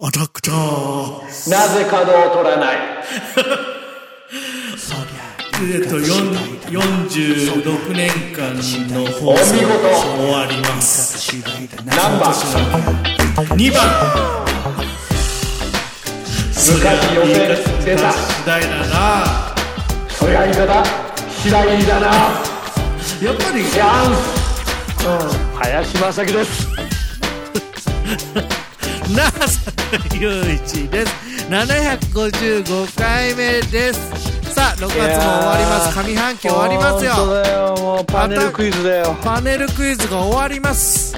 アタックターなぜ角を取らないえっと4 46年間の放送お見事終わります何番2番昔予選出た次第だなそりゃ言い方次第だなやっぱりチャンス、うん、林正樹ですなあさゆういちです755回目ですさあ6月も終わります上半期終わります本当よだよもうパネルクイズだよパネルクイズが終わります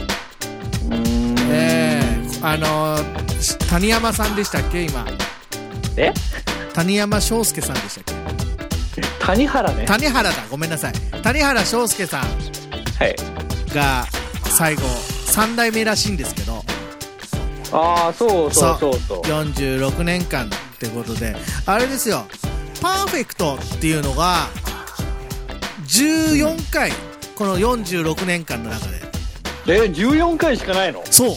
ええあのーし谷山さんでしたっけ今え谷山翔介さんでしたっけ谷原ね谷原だごめんなさい谷原章介さんはいが最後3代目らしいんですけどああそうそうそうそう46年間ってことであれですよパーフェクトっていうのが14回この46年間の中でえ14回しかないのへそう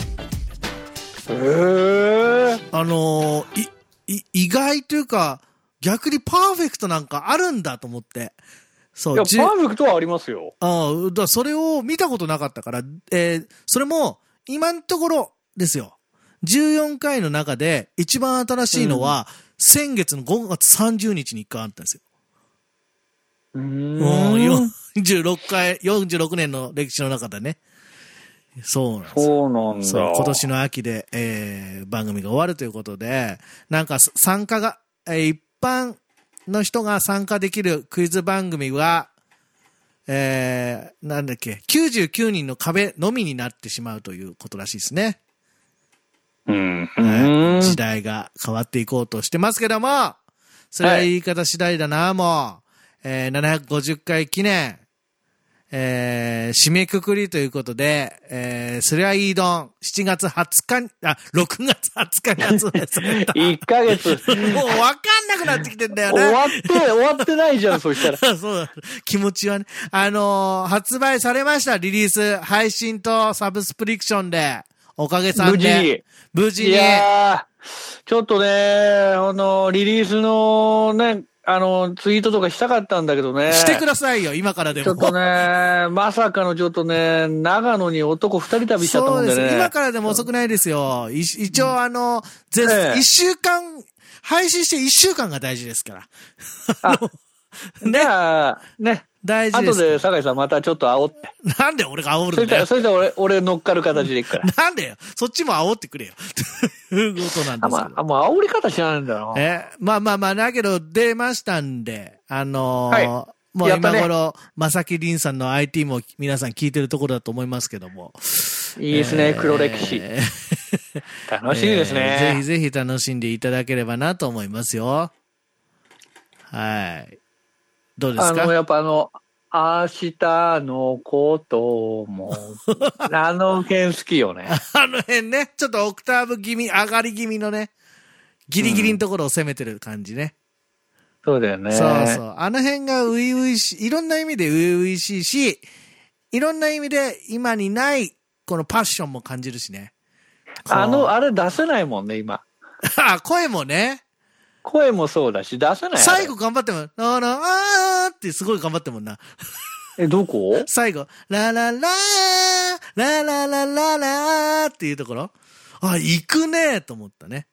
えあのーいい意外というか逆にパーフェクトなんかあるんだと思ってそいうやパーじゅフェクトはありますよああ、だからそれを見たことなかったから、えーそれも、今のところですよ。14回の中で、一番新しいのは、先月の5月30日に1回あったんですよ。うもうーん46回、46年の歴史の中でね。そうなんですよ。そうなんだそう、今年の秋で、えー番組が終わるということで、なんかさ参加が、えー一般の人が参加できるクイズ番組は、えーなんだっけ、99人の壁のみになってしまうということらしいですね。うんはい時代が変わっていこうとしてますけども、それは言い方次第だな、もう。えー750回記念、えー締めくくりということで、えーそれはいいどん、7月20日に、あ、6月20日に発売さ れた。も1 ヶ月。うわかんなくなってきてんだよ終ね。わって、終わってないじゃん、そした ら。そうだ。気持ちはね。あのー発売されました、リリース。配信とサブスプリクションで。おかげさんで。無事いに。やー、ちょっとね、あの、リリースのね、あの、ツイートとかしたかったんだけどね。してくださいよ、今からでも。ちょっとね、まさかのちょっとね、長野に男二人旅しちゃったそもうんで。ですね。今からでも遅くないですよ。い一応、あの、ぜええ一週間、配信して一週間が大事ですから。じゃあ、ね、大事で後す。で酒井さんまたちょっと煽って。なんで俺が煽そるんしただら、よ。そしたら俺、俺乗っかる形でいくから。なんでよ。そっちも煽ってくれよ。 ということなんあ、ですけまど。あ、もう煽り方知らないんだよな。えまあまあまあ、だけど出ましたんで、あのーはいもうやった今ね頃、まさきりんさんの IT も皆さん聞いてるところだと思いますけども。いいですね、えー黒歴史。楽しいですね。えーぜひぜひ楽しんでいただければなと思いますよ。はい。どうですあの、かやっぱあの、明日のことも、 あの辺好きよね。 あの辺ね、ちょっとオクターブ気味、上がり気味のね、ギリギリのところを攻めてる感じね。そうだよね。そうそう。あの辺が初々しい、いろんな意味で初々しいし、いろんな意味で今にない、このパッションも感じるしね。 こうあの、、あれ出せないもんね、今。あ声もね、声もそうだし、出せない。最後頑張っても、ラーラーあーってすごい頑張ってもんな。え、どこ最後、ラララー、ラララララーっていうところ。あ、行くねーと思ったね。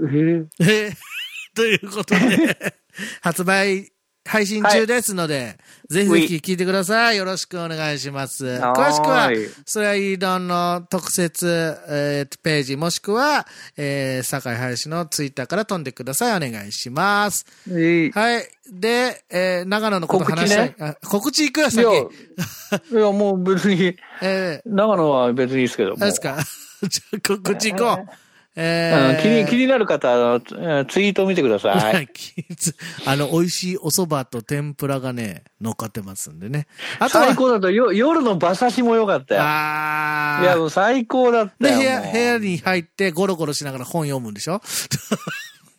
えーえ ーということで、 発売、配信中ですので、ぜひぜひ聞いてください。よろしくお願いします。は詳しくはーい、それはいいどんの特設、えーページ、もしくは、えー、酒井林のツイッターから飛んでください。お願いします。えーはい。で、えー長野のこと話したい。告告知,、告知行くよ、いや、先。いやもう別に、えー長野は別にいいですけども。あれですか じゃあ告知行こう。うえんー気に気になる方あの、ツえーツイートを見てください。あの、美味しいお蕎麦と天ぷらがね、乗っかってますんでね。あとは、最高だと、よ夜の馬刺しも良かったよ。あーいや、もう最高だったで、よ。部屋、もう部屋に入ってゴロゴロしながら本読むんでし ょ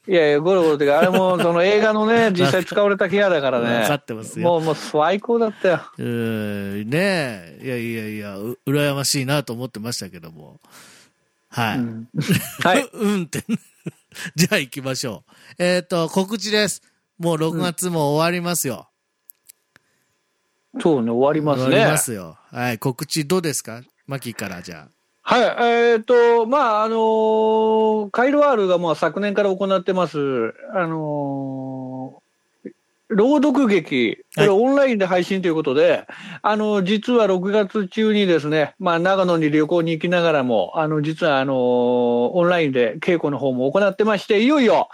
いやいや、ゴロゴロってか、あれも、その映画 のね、実際使われた部屋だからね。わかってますよもう、もう最高だったよ。うーんねえ。いやいやいや、う、羨ましいなと思ってましたけども。はい。うんはい。ううんって。 じゃあ行きましょう。えっ、と、告知です。もう6月も終わりますよ。そうね、終わります終わりねま。すよ。はい。告知どうですかマキからじゃはい、えっ、と、まあ、あのーカイロワールがもう昨年から行ってます、あのー朗読劇、これはオンラインで配信ということで、あの、実は6月中にですね、まあ、長野に旅行に行きながらも、あの、実は、あのーオンラインで稽古の方も行ってまして、いよいよ、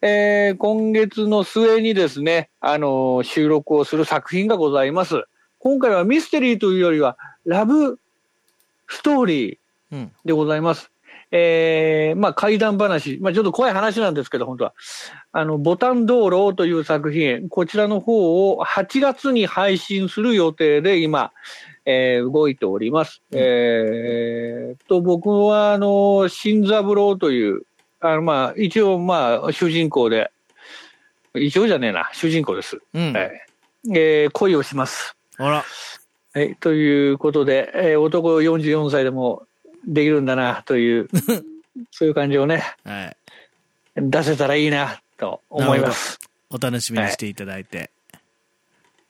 えー今月の末にですね、あのー収録をする作品がございます。今回はミステリーというよりは、ラブストーリー、あ。うん。でございます。えーまあ怪談話、まあちょっと怖い話なんですけど、本当は。あの、ボタン道路という作品、こちらの方を8月に配信する予定で今、えー動いております。うんえーと、僕は、あの、新三郎という、あの、まあ、一応、まあ、主人公で、一応じゃねえな、主人公です。うん。はい。えー恋をします。あら。はい、ということで、えー男44歳でもできるんだなと いう、そういう感じをね、はい。出せたらいいなと思います。お楽しみにしていただいて。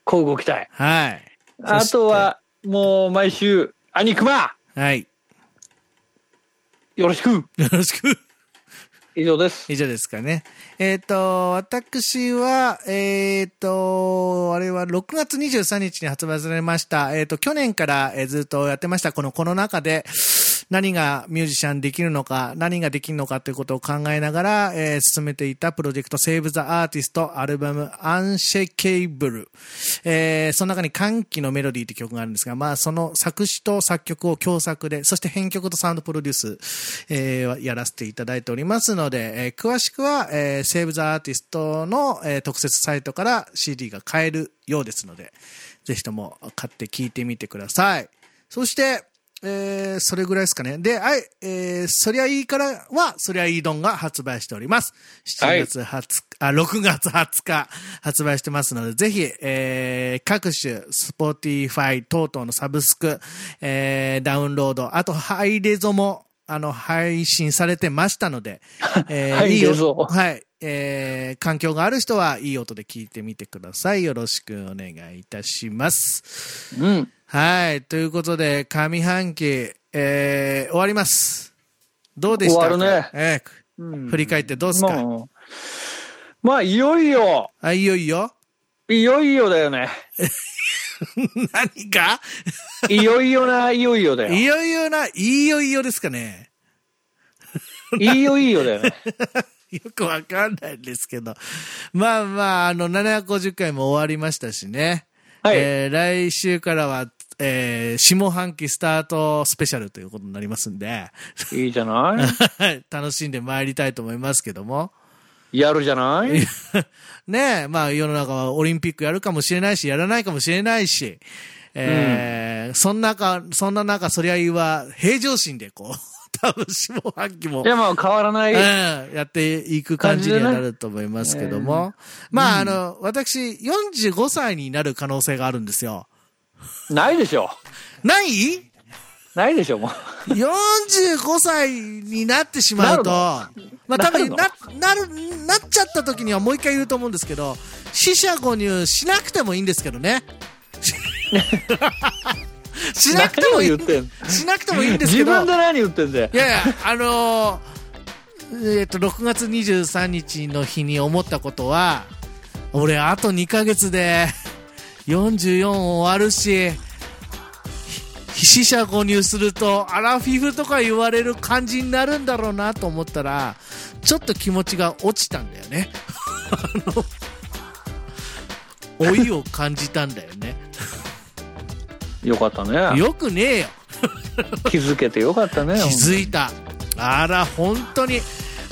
こうご期待。はい。あそしてとは、もう毎週、アニクマはい。よろしくよろしく。以上です。 以上ですかね。えっ、と、私は、えっ、と、あれは6月23日に発売されました。えっ、と、去年から、えーずっとやってました。この、この中で、何がミュージシャンできるのか、何ができるのかということを考えながら、えー進めていたプロジェクト Save the Artist アルバム Unshakable。えーその中に歓喜のメロディーって曲があるんですが、まあその作詞と作曲を共作で、そして編曲とサウンドプロデュース、えーはやらせていただいておりますので、えー詳しくは、えー Save the Artist の、えー特設サイトから CD が買えるようですので、ぜひとも買って聴いてみてください。そして、えーそれぐらいですかね。で、はい、えーそりゃいいからは、そりゃいいどんが発売しております。7月20日、あ、6月20日発売してますので、ぜひ、えー各種、スポーティファイ等々のサブスク、えーダウンロード、あと、ハイレゾも、あの、配信されてましたの で、えハイレゾいいよはい。えー環境がある人はいい音で聞いてみてください。よろしくお願いいたします。うん。はい。ということで、上半期、えー終わります。どうでしたか終わるねえうんー振り返ってどうですか、もうまあ、いよいよ、あ、いいよいいよ。いよいよだよね。 何かいよいよな、いよいよだ よ。いよいよな、いいよいよですかね。いよいよだよね。 よくわかんないですけど。まあまあ、あの、750回も終わりましたしね。はいえー来週からは、えー下半期スタートスペシャルということになりますんで、 いいじゃなはい楽しんで参りたいと思いますけども。 いやるじゃないねえ、まあ世の中はオリンピックやるかもしれないし、やらないかもしれないし、えーそんなか、そんな中、そりゃいいは平常心でこう、 多分下半期もい、や、まあ変わらなうい。ん、やっていく感じにはなると思いますけども。まああの、私、45歳になる可能性があるんですよ。ないでしょ。ないないでしょ、もう。 45歳になってしまうと、まあ多分ななな、る、なっちゃった時にはもう一回言うと思うんですけど、死者誤入しなくてもいいんですけど ね。ししなくてもいい何を言ってんのしなくてもいいんですけ自ど、分いで何言ってんだよ。やいや、あのーえっと、6月23日の日に思ったことは、俺あと2ヶ月で44終わるし、ひ死者誤入するとアラフィフとか言われる感じになるんだろうなと思ったら、ちょっと気持ちが落ちたんだよね。あの、老いを感じたんだよね。よかったね。よくねえよ。気づけてよかったね。気づいたあら本当に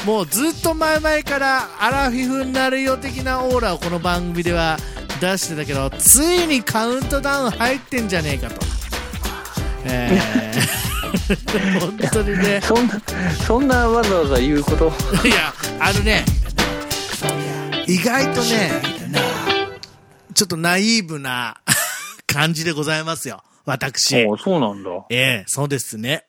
もうずっと前々からアラフィフになるよ的なオーラをこの番組では出してたけどついにカウントダウン入ってんじゃねえかと、えー、 本当にねそんな、そんなわざわざ言うこと。いやあのね意外とねちょっとナイーブな感じでございますよ私おうそうなんだ。ええそうですね